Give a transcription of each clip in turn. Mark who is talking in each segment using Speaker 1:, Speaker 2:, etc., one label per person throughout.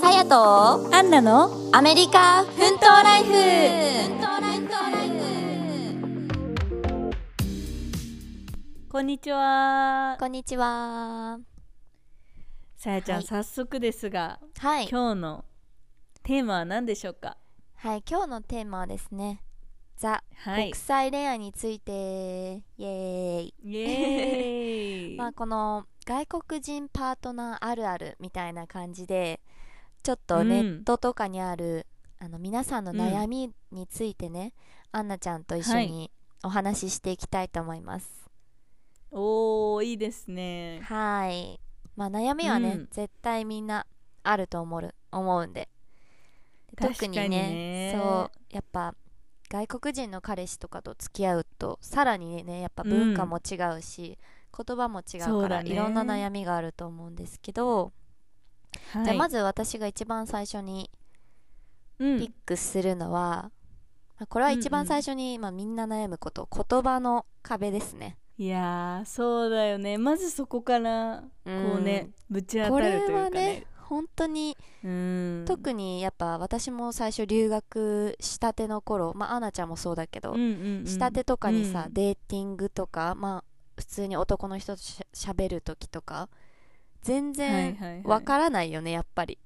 Speaker 1: さやと
Speaker 2: アンナの
Speaker 1: アメリカ奮闘ライフ
Speaker 2: こんにちは
Speaker 1: こんにちは
Speaker 2: さやちゃん、
Speaker 1: はい
Speaker 2: 早速ですが
Speaker 1: はい
Speaker 2: 今日のテーマは何でしょうか
Speaker 1: はい今日のテーマはですねザ、
Speaker 2: はい
Speaker 1: 国際恋愛についてイエーイ
Speaker 2: イエー イ
Speaker 1: まあこの外国人パートナーあるあるみたいな感じでちょっとネットとかにある、あの皆さんの悩みについてね、アンナちゃんと一緒にお話ししていきたいと思います
Speaker 2: おーいいですね
Speaker 1: はい。まあ悩みはね、
Speaker 2: うん
Speaker 1: 絶対みんなあると思う思うんで。で
Speaker 2: 確か
Speaker 1: 特
Speaker 2: に
Speaker 1: に
Speaker 2: ね
Speaker 1: ねそう、やっぱ外国人の彼氏とかと付き合うと、さらにね、やっぱ文化も違うし、言葉も違
Speaker 2: そうう
Speaker 1: か
Speaker 2: だ
Speaker 1: ら、
Speaker 2: ね
Speaker 1: いろんな悩みがあると思うんですけど、
Speaker 2: はい
Speaker 1: じゃあまず私が一番最初に
Speaker 2: うん
Speaker 1: ピックするのは、まあこれは一
Speaker 2: うんう
Speaker 1: 番
Speaker 2: ん
Speaker 1: 最初に、まあ、みんな悩むこと言葉の壁ですね。
Speaker 2: いやーそうだよねまずそこからこうね、ぶち当
Speaker 1: こ
Speaker 2: たる
Speaker 1: れ
Speaker 2: というか
Speaker 1: は
Speaker 2: ね
Speaker 1: ね本当に
Speaker 2: うん
Speaker 1: 特にやっぱ私も最初留学したての頃まあアナちゃんもそうだけど、
Speaker 2: うんうんうん
Speaker 1: したてとかにさ、
Speaker 2: うん
Speaker 1: デーティングとかまあ普通に男の人としゃしゃべる時とか全
Speaker 2: はい
Speaker 1: 然
Speaker 2: はいはい
Speaker 1: わからないよねやっぱり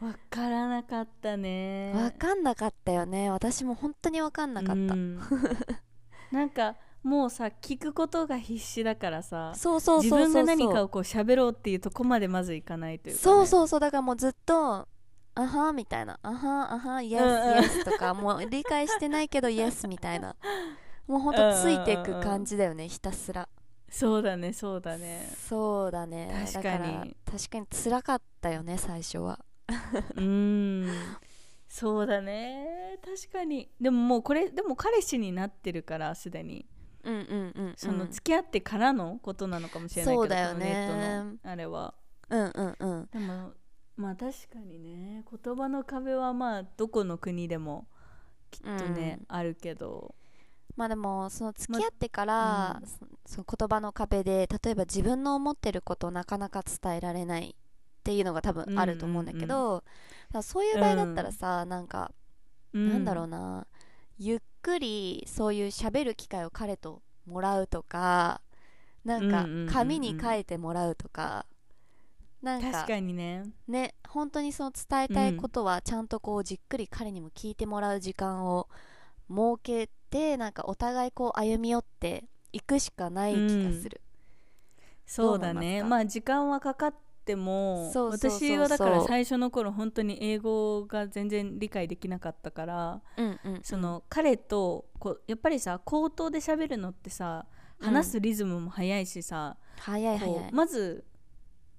Speaker 2: わからなかったね
Speaker 1: わかんなかったよね私も本当にわかんなかっ
Speaker 2: う
Speaker 1: た、
Speaker 2: んなんかもうさ聞くことが必死だからさ
Speaker 1: そうそうそうそう
Speaker 2: 自分が何か
Speaker 1: を
Speaker 2: をこう喋ろうっていうとこまでまずいかないというか、ね、
Speaker 1: そうそうそうだからもうずっと「あは」みたいな「あはあはイエス
Speaker 2: うんうん
Speaker 1: イエス」とかもう理解してないけど「イエス」みたいなもうほんとついていく感じだよねひたすら
Speaker 2: そうだねそうだね
Speaker 1: そうだね
Speaker 2: 確か
Speaker 1: だか
Speaker 2: に
Speaker 1: ら確かに辛かったよね最初は
Speaker 2: うーんそうだね確かにでももうこれでも彼氏になってるからすでに
Speaker 1: うんうんうん、うん、
Speaker 2: その付き合ってからのことなのかもしれないけど、
Speaker 1: そうだよ
Speaker 2: この
Speaker 1: ね
Speaker 2: ネットのあれは
Speaker 1: うんうんうん
Speaker 2: でもまあ確かにね言葉の壁はまあどこの国でもきっとね、あるけど
Speaker 1: まあでもその付き合ってから
Speaker 2: う、ん
Speaker 1: そその言葉の壁で例えば自分の思ってることをなかなか伝えられないっていうのが多分あると思うんだけど、だからそういう場合だったらさ、なんかなんだろう
Speaker 2: な
Speaker 1: なゆっくりそういう喋る機会を彼ともらうとかなん
Speaker 2: うんうんうんうん
Speaker 1: か紙に書いてもらうとか、なんか
Speaker 2: 確かにね
Speaker 1: ね本当にその伝えたいことはちゃんとこうじっくり彼にも聞いてもらう時間を設けてなんかお互いこう歩み寄っていくしかない気がする、
Speaker 2: そうだ
Speaker 1: どう思いま
Speaker 2: ね
Speaker 1: すか
Speaker 2: まあ時間はかかっても
Speaker 1: そうそうそうそう
Speaker 2: 私はだから最初の頃本当に英語が全然理解できなかったから
Speaker 1: うん、うんうん
Speaker 2: その彼とこうやっぱりさ口頭で喋るのってさ
Speaker 1: うん
Speaker 2: 話すリズムも早いしさ、
Speaker 1: 早い早
Speaker 2: こ
Speaker 1: いう
Speaker 2: まず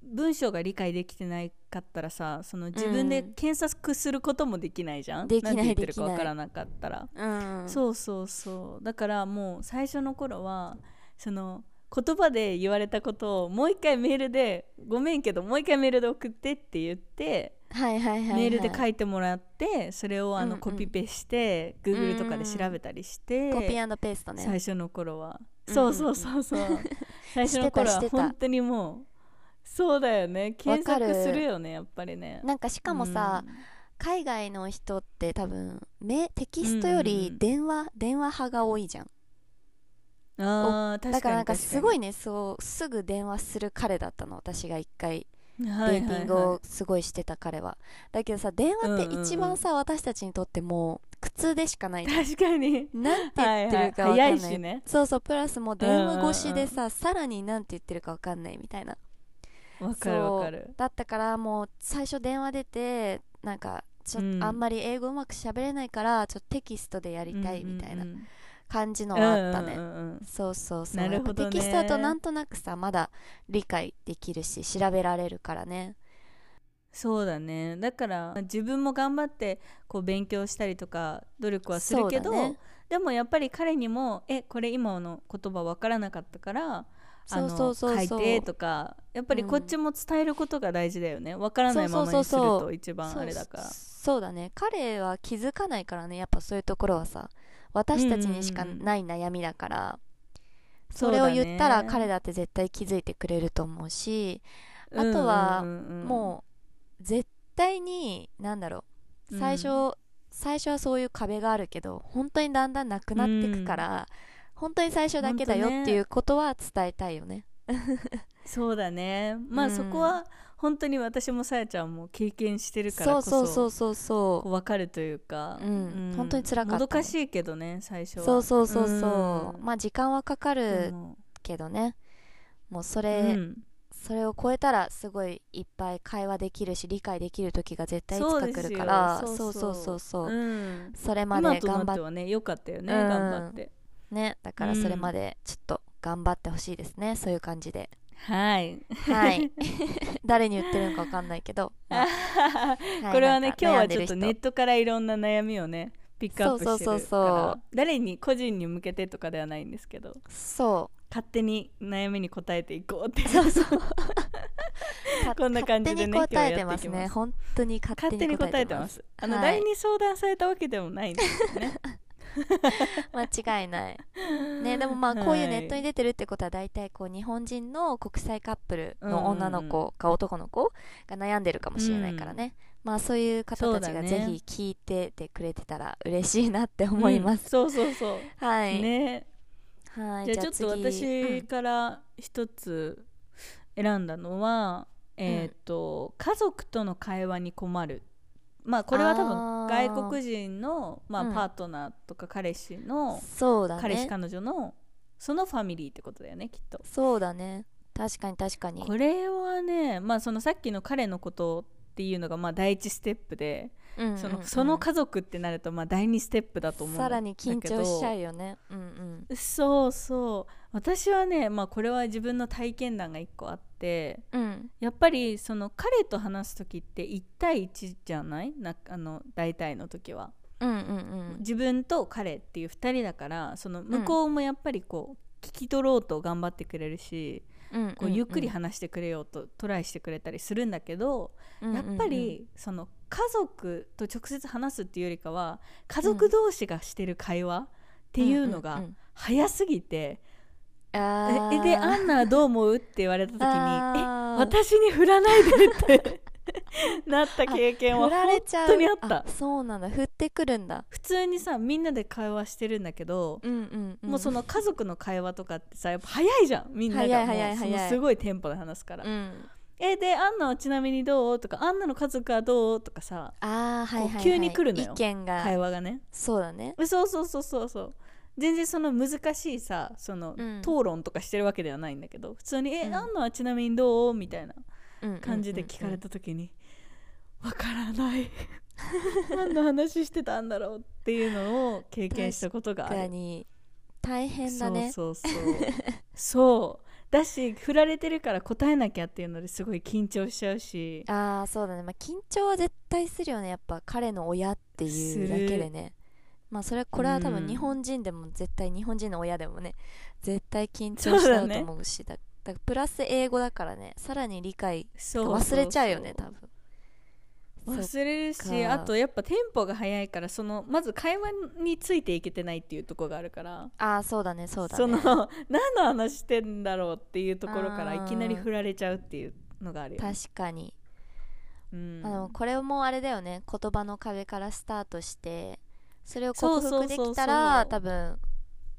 Speaker 2: 文章が理解できてないかったらさその自分で検索することもできないじゃん、
Speaker 1: できない
Speaker 2: 何て言ってるか
Speaker 1: できない
Speaker 2: 分からなかったら。
Speaker 1: うん
Speaker 2: そうそうそうだからもう最初の頃はその言葉で言われたことをもう一回メールで「ごめんけどもう一回メールで送って」って言って、
Speaker 1: はいはいはいはい
Speaker 2: メールで書いてもらってそれをあ
Speaker 1: うんう
Speaker 2: の
Speaker 1: ん
Speaker 2: コピペして、Google とかで調べたりして、
Speaker 1: コピーペーストね
Speaker 2: 最初の頃は、
Speaker 1: うん
Speaker 2: そうそうそう そう最初の頃
Speaker 1: し
Speaker 2: は
Speaker 1: てた
Speaker 2: 本当にもうそうだよね検
Speaker 1: わか
Speaker 2: 索
Speaker 1: る
Speaker 2: するよねやっぱりね。
Speaker 1: なんかしかもさ、
Speaker 2: うん
Speaker 1: 海外の人って多分めテキストよ
Speaker 2: うんう
Speaker 1: り
Speaker 2: ん
Speaker 1: 電話、電話派が多いじゃん
Speaker 2: あー確かに
Speaker 1: だからなんか
Speaker 2: 確
Speaker 1: すごいねそうすぐ電話する彼だったの私が一回
Speaker 2: に
Speaker 1: デ
Speaker 2: はいはい
Speaker 1: ーティングをすごいしてた彼は,、だけどさ電話って一番さ、私たちにとってもう苦痛でし かないじゃん
Speaker 2: はい 確かに
Speaker 1: なんて言ってるかわかん
Speaker 2: は
Speaker 1: ない,、
Speaker 2: いはい早いしね
Speaker 1: そうそうプラスもう電話越しでさ、さらになんて言ってるかわかんないみたいな
Speaker 2: わかる
Speaker 1: そう
Speaker 2: わかる
Speaker 1: だったからもう最初電話出てなんかちょっと、
Speaker 2: うん
Speaker 1: あんまり英語うまく喋れないからちょっとテキストでやりたいみたいな
Speaker 2: うんうん
Speaker 1: 感じの
Speaker 2: うん
Speaker 1: はあったね、
Speaker 2: うんうんうん
Speaker 1: そうそうそう
Speaker 2: なるほどね
Speaker 1: やっぱテキストだとなんとなくさまだ理解できるし調べられるからね
Speaker 2: そうだねだから自分も頑張ってこう勉強したりとか努力はするけど、
Speaker 1: そうだね
Speaker 2: でもやっぱり彼にも「えこれ今の言葉わからなかったから」あの
Speaker 1: そうそうそうそう
Speaker 2: 書いてとかやっぱりこっちも伝えることが大事だよねわからないまま
Speaker 1: そう
Speaker 2: にす
Speaker 1: そ
Speaker 2: る
Speaker 1: うそうそう
Speaker 2: と一番あれだから
Speaker 1: そうそうだね彼は気づかないからねやっぱそういうところはさ私たちにしかない悩みだから、それを言ったら彼
Speaker 2: だ
Speaker 1: だって絶対気づいてくれると思うし
Speaker 2: ね
Speaker 1: あとは
Speaker 2: うんうんうんうん
Speaker 1: もう絶対に何だろう最初、最初はそういう壁があるけど本当にだんだんなくなっていくから、本当に最初だけだよ
Speaker 2: ほんとね
Speaker 1: っていうことは伝えたいよね。
Speaker 2: そうだねまあ、
Speaker 1: うん
Speaker 2: そこは本当に私もさやちゃんも経験してるから
Speaker 1: そ
Speaker 2: こ
Speaker 1: う
Speaker 2: そ
Speaker 1: そうそうそうそ
Speaker 2: こう分かるというか、
Speaker 1: うん本当に辛かった
Speaker 2: もどかしいけどね最初
Speaker 1: う
Speaker 2: は
Speaker 1: そうそうそうそう、
Speaker 2: ん
Speaker 1: まあ時間はかか
Speaker 2: で
Speaker 1: る
Speaker 2: も
Speaker 1: けどねもうそれ、
Speaker 2: うん
Speaker 1: それを超えたらすごいいっぱい会話できるし理解できる時が絶対いつ
Speaker 2: そう
Speaker 1: か
Speaker 2: です
Speaker 1: 来
Speaker 2: よ
Speaker 1: るから
Speaker 2: そ
Speaker 1: そうう
Speaker 2: そ
Speaker 1: そううそうそう、
Speaker 2: うん
Speaker 1: それま
Speaker 2: 今
Speaker 1: で
Speaker 2: と
Speaker 1: 頑
Speaker 2: なっ
Speaker 1: 張
Speaker 2: て
Speaker 1: っ
Speaker 2: はね良かったよね、
Speaker 1: うん
Speaker 2: 頑張って
Speaker 1: ねだから
Speaker 2: うん
Speaker 1: それまでちょっと頑張ってほしいですね、そういう感じ で
Speaker 2: はい、
Speaker 1: はい 誰に言ってるのかわかんないけど、 まあい
Speaker 2: これはね
Speaker 1: なんか
Speaker 2: 今日
Speaker 1: 悩
Speaker 2: は
Speaker 1: んで
Speaker 2: ちょ
Speaker 1: る
Speaker 2: っと
Speaker 1: 人
Speaker 2: ネットからいろんな悩みをねピックアップしてるから
Speaker 1: そうそうそうそう
Speaker 2: 誰に個人に向けてとかではないんですけど
Speaker 1: そ
Speaker 2: 勝手に悩みに答えていこうって
Speaker 1: うそうそう
Speaker 2: こんな感じでね
Speaker 1: 勝手に答えてます
Speaker 2: 今日はやっていきま
Speaker 1: ね
Speaker 2: す
Speaker 1: 本当に勝
Speaker 2: 勝
Speaker 1: 手
Speaker 2: 手
Speaker 1: に
Speaker 2: に
Speaker 1: 答
Speaker 2: 答
Speaker 1: え
Speaker 2: え
Speaker 1: て
Speaker 2: て
Speaker 1: ま
Speaker 2: ますすあの、
Speaker 1: はい
Speaker 2: 誰に相談されたわけでもないんですよね
Speaker 1: 間違いないねでもまあこういうネットに
Speaker 2: で
Speaker 1: 出てるってことは大体こう日本人の国際カップル
Speaker 2: うんうん
Speaker 1: の女の子か男の子が悩んでるかもしれないからね、まあそういう方たち
Speaker 2: そうだ
Speaker 1: が
Speaker 2: ね
Speaker 1: ぜひ聞いててくれてたら嬉しいなって 思います、
Speaker 2: そうそうそう、
Speaker 1: はい、
Speaker 2: ね
Speaker 1: はい
Speaker 2: じゃあちょっと
Speaker 1: 次
Speaker 2: 私から一つ選んだのは、えっ、と家族との会話に困るまあこれは多分
Speaker 1: あー
Speaker 2: 外国人のまあ、
Speaker 1: うん
Speaker 2: パートナーとか彼氏
Speaker 1: うん
Speaker 2: の、
Speaker 1: そうだ
Speaker 2: 彼氏
Speaker 1: ね
Speaker 2: 彼女のそのファミリーってことだよねきっと。
Speaker 1: そうだね確かに確かに
Speaker 2: これはねまあそのさっきの彼のことっていうのがまあ第一ステップで、
Speaker 1: うんうんうん
Speaker 2: そのその家族ってなるとまあ第二ステップだと思うんだ
Speaker 1: さ
Speaker 2: けど
Speaker 1: らに緊張しちゃうよねうんうん
Speaker 2: そうそう私はね、まあ、これは自分の体験談が1個あって
Speaker 1: うん
Speaker 2: やっぱりその彼と話す時って1対1じゃないなあの大体の時は、
Speaker 1: うんうんうん
Speaker 2: 自分と彼っていう2人だからその向こうもやっぱりこう、聞き取ろうと頑張ってくれるし
Speaker 1: うんうん
Speaker 2: こうゆっくり話してくれようとトライしてくれたりするんだけど、やっぱりその家族と直接話すっていうよりかは家族同士がしてる会話っていうのが早すぎて、ええでアンナはどう思うって言われた時にえ私に振らないでって なった経験は
Speaker 1: 振られ
Speaker 2: 本
Speaker 1: ちゃう
Speaker 2: 当にあった
Speaker 1: そうなんだ振ってくるんだ
Speaker 2: 普通にさみんなで会話してるんだけど、
Speaker 1: うんうん、うん、
Speaker 2: もうその家族の会話とかってさやっぱ早いじゃんみんながも
Speaker 1: 早い
Speaker 2: う
Speaker 1: 早い早い
Speaker 2: そのすごいテンポで話すから「
Speaker 1: うん
Speaker 2: えでアンナはちなみにどう?」とか「アンナの家族はどう?」とかさ
Speaker 1: あーはいはい、はい、
Speaker 2: 急に来るのよ
Speaker 1: 意見が、
Speaker 2: 会話がね
Speaker 1: そうだね
Speaker 2: そうそうそうそうそう全然その難しいさその、
Speaker 1: うん
Speaker 2: 討論とかしてるわけではないんだけど普通に「え、
Speaker 1: うん
Speaker 2: アンナはちなみにどう?」みたいな感じで聞かれ
Speaker 1: た、
Speaker 2: た時に「わから ない」何の話してたんだろうっていうのを経験したことがあ
Speaker 1: 確か
Speaker 2: る。
Speaker 1: に大変だね
Speaker 2: そうそうそうそうだし振られてるから答えなきゃっていうのですごい緊張しちゃうし
Speaker 1: ああそうだね、まあ、緊張は絶対するよねやっぱ彼の親っていうだけでねまあそれはこれは多
Speaker 2: うん
Speaker 1: 分日本人でも絶対日本人の親でもね絶対緊張しちゃ
Speaker 2: そう
Speaker 1: う
Speaker 2: だ
Speaker 1: と
Speaker 2: ね
Speaker 1: 思うしだ,、だからプラス英語だからねさらに理解
Speaker 2: そうそうそ
Speaker 1: 忘れちゃうよね多分そ
Speaker 2: 忘れる
Speaker 1: そっ
Speaker 2: し
Speaker 1: か
Speaker 2: あとやっぱテンポが速いからそのまず会話についていけてないっていうところがあるから
Speaker 1: ああそうだねそうだね
Speaker 2: の 何の話してんだろうっていうところから
Speaker 1: あー
Speaker 2: いきなり振られちゃうっていうのがあるよね、
Speaker 1: 確かに、
Speaker 2: うん
Speaker 1: あのこれもあれだよね言葉の壁からスタートしてそれを克服できたら
Speaker 2: そうそうそうそう
Speaker 1: 多分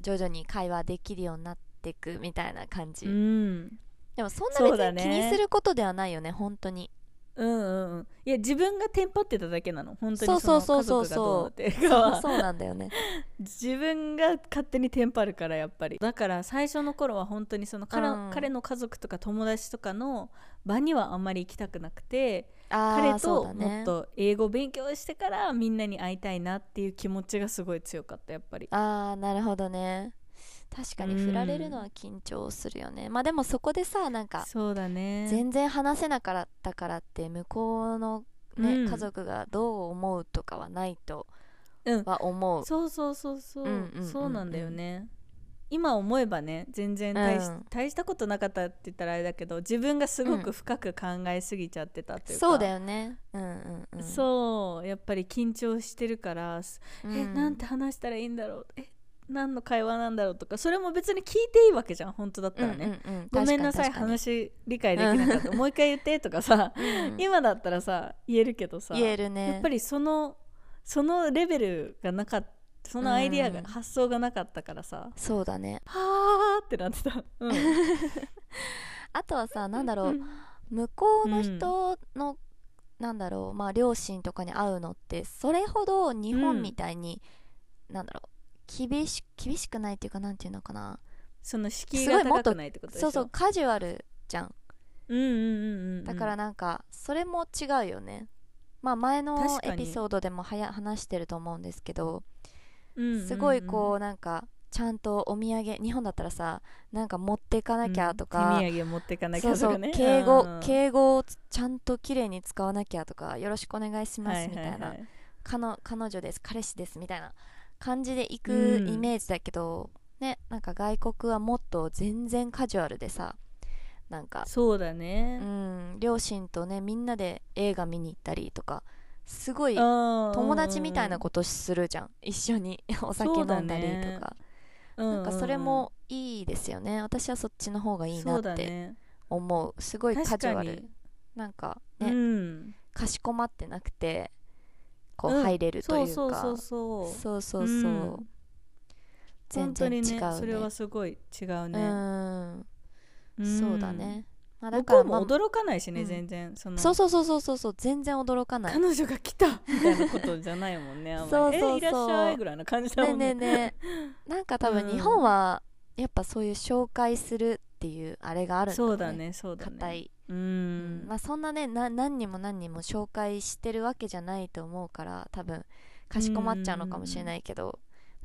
Speaker 1: 徐々に会話できるようになっていくみたいな感じ、
Speaker 2: うん
Speaker 1: でもそんな
Speaker 2: そうだ
Speaker 1: 別
Speaker 2: ね
Speaker 1: に気にすることではないよね本当に
Speaker 2: うんうんうんいや自分がテンパってただけなの本当にそ
Speaker 1: そ
Speaker 2: の
Speaker 1: うそ
Speaker 2: 家
Speaker 1: うそ
Speaker 2: 族
Speaker 1: う
Speaker 2: がどうな
Speaker 1: そ
Speaker 2: っ
Speaker 1: う
Speaker 2: てるかは
Speaker 1: そうなんだよね
Speaker 2: 自分が勝手にテンパるからやっぱりだから最初の頃は本当にその彼,、
Speaker 1: うん
Speaker 2: 彼の家族とか友達とかの場にはあんまり行きたくなくて
Speaker 1: あー
Speaker 2: 彼
Speaker 1: そうだ
Speaker 2: とも
Speaker 1: ね
Speaker 2: っと英語勉強してからみんなに会いたいなっていう気持ちがすごい強かったやっぱり
Speaker 1: ああなるほどね確かに
Speaker 2: うん
Speaker 1: 振られるのは緊張するよね、まあでもそこでさなんか
Speaker 2: そうだね
Speaker 1: 全然話せなかったからって向こうの、ね
Speaker 2: うん
Speaker 1: 家族がどう思うとかはないと
Speaker 2: うん
Speaker 1: は思う、
Speaker 2: そうそうそうそう,、
Speaker 1: うんうんうんうん
Speaker 2: そうなんだよね今思えばね全然大し,、
Speaker 1: うん
Speaker 2: 大したことなかったって言ったらあれだけど自分がすごく深く考えすぎちゃってたっていうか、
Speaker 1: そうだよねうんうんうん
Speaker 2: そうやっぱり緊張してるから、
Speaker 1: うん
Speaker 2: えなんて話したらいいんだろうえ何の会話なんだろうとかそれも別に聞いていいわけじゃん本当だったらね、
Speaker 1: うんうんうん
Speaker 2: ごめんなさい
Speaker 1: 確かに
Speaker 2: 話理解できなかったもう一回言ってとかさ
Speaker 1: 確かにうん
Speaker 2: 今だったらさ言えるけどさ
Speaker 1: 言えるね
Speaker 2: やっぱりそのそのレベルがなかったそのアイディアが、
Speaker 1: うん
Speaker 2: 発想がなかったからさ
Speaker 1: そうだね
Speaker 2: はーってなってた、うん、
Speaker 1: あとはさなんだろう
Speaker 2: うん
Speaker 1: 向こうの人の、なんだろうまあ両親とかに会うのってそれほど日本みたいに、なんだろう厳し厳しくないっていうかなんていうのかな
Speaker 2: その敷居
Speaker 1: すご
Speaker 2: が
Speaker 1: いもっ
Speaker 2: 高
Speaker 1: と
Speaker 2: くないってことでし
Speaker 1: そ
Speaker 2: ょ
Speaker 1: うそうカジュアルじゃん
Speaker 2: うんうんうんうん
Speaker 1: だからなんかそれも違うよねまあ前の
Speaker 2: 確か
Speaker 1: エ
Speaker 2: に
Speaker 1: ピソードでもはや話してると思うんですけど
Speaker 2: うんうんうん
Speaker 1: すごいこうなんかちゃんとお土産日本だったらさなんか持ってかなきゃとか、
Speaker 2: うん手土産持ってかなき
Speaker 1: そ
Speaker 2: ゃ
Speaker 1: う
Speaker 2: と
Speaker 1: そ
Speaker 2: か
Speaker 1: う
Speaker 2: ね
Speaker 1: 敬語
Speaker 2: うん
Speaker 1: 敬語をちゃんと綺麗に使わなきゃとかよろしくお願いしま
Speaker 2: は
Speaker 1: す
Speaker 2: い
Speaker 1: みたいな、
Speaker 2: はいはい
Speaker 1: かの彼女です彼氏ですみたいな感じで行
Speaker 2: う
Speaker 1: く
Speaker 2: ん
Speaker 1: イメージだけど、ねなんか外国はもっと全然カジュアルでさなんか、
Speaker 2: そうだ
Speaker 1: う
Speaker 2: ね、
Speaker 1: ん、両親とねみんなで映画見に行ったりとかすごい
Speaker 2: 友
Speaker 1: 友達みたいなことするじゃん一緒 にお酒
Speaker 2: そうだ
Speaker 1: 飲
Speaker 2: ね
Speaker 1: んだりとか、
Speaker 2: と
Speaker 1: なんかそれもいいですよね私はそっちの方がいいな
Speaker 2: そう
Speaker 1: っ
Speaker 2: だ
Speaker 1: て
Speaker 2: ね
Speaker 1: 思うすごいカジュア
Speaker 2: 確
Speaker 1: ル
Speaker 2: か
Speaker 1: なんか
Speaker 2: に
Speaker 1: ね、
Speaker 2: うん
Speaker 1: かしこまってなくてこ
Speaker 2: う
Speaker 1: うん入れるというか、
Speaker 2: そうそうそうそう
Speaker 1: そうそうそう、
Speaker 2: うん
Speaker 1: 全然違うね
Speaker 2: 本当にねそれはすごい違う
Speaker 1: う
Speaker 2: ね、
Speaker 1: ん、
Speaker 2: ん
Speaker 1: そうだね、まあ、だ
Speaker 2: 向
Speaker 1: か
Speaker 2: こ
Speaker 1: ら
Speaker 2: うも
Speaker 1: まあ
Speaker 2: 驚かないしね、
Speaker 1: うん
Speaker 2: 全然その
Speaker 1: そうそうそうそうそうそう全然驚かないね
Speaker 2: 彼女が来たみたいなことじゃないもんねあんま り
Speaker 1: そうそうそう
Speaker 2: えいらっしゃいぐらいな感じだ
Speaker 1: え
Speaker 2: もん
Speaker 1: ねえ
Speaker 2: ね
Speaker 1: ねえなんか多分
Speaker 2: うん
Speaker 1: 日本はやっぱそういう紹介するっていうあれがあるんだ
Speaker 2: そ
Speaker 1: ろ
Speaker 2: うだねそうだね
Speaker 1: 硬い、
Speaker 2: う
Speaker 1: うん
Speaker 2: ん、
Speaker 1: まあそんなねな何人も何人も紹介してるわけじゃないと思うから多分かしこまっちゃうのかもしれないけど、な